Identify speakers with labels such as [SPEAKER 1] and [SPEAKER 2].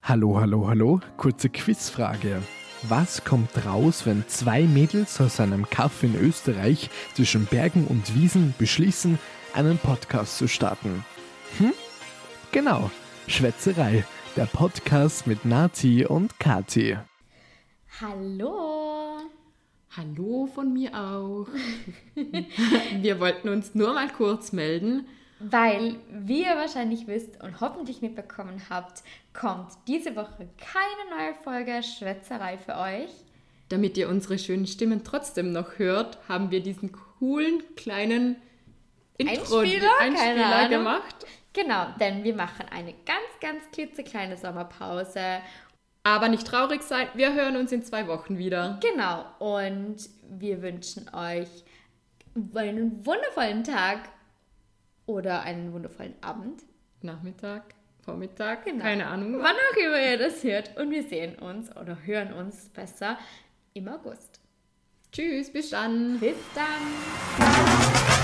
[SPEAKER 1] Hallo, hallo, hallo. Kurze Quizfrage. Was kommt raus, wenn zwei Mädels aus einem Kaff in Österreich zwischen Bergen und Wiesen beschließen, einen Podcast zu starten? Hm? Genau. Schwätzerei. Der Podcast mit Nati und Kati.
[SPEAKER 2] Hallo!
[SPEAKER 3] Hallo von mir auch. Wir wollten uns nur mal kurz melden.
[SPEAKER 2] Weil, wie ihr wahrscheinlich wisst und hoffentlich mitbekommen habt, kommt diese Woche keine neue Folge Schwätzerei für euch.
[SPEAKER 3] Damit ihr unsere schönen Stimmen trotzdem noch hört, haben wir diesen coolen kleinen Intro
[SPEAKER 2] Einspieler? Keine Ahnung.
[SPEAKER 3] gemacht.
[SPEAKER 2] Genau, denn wir machen eine ganz, ganz klitzekleine Sommerpause.
[SPEAKER 3] Aber nicht traurig sein, wir hören uns in zwei Wochen wieder.
[SPEAKER 2] Genau, und wir wünschen euch einen wundervollen Tag oder einen wundervollen Abend.
[SPEAKER 3] Nachmittag, Vormittag,
[SPEAKER 2] Genau.
[SPEAKER 3] keine Ahnung.
[SPEAKER 2] Wann auch immer ihr das hört. Und wir sehen uns oder hören uns besser im August.
[SPEAKER 3] Tschüss, bis dann.
[SPEAKER 2] Bis dann!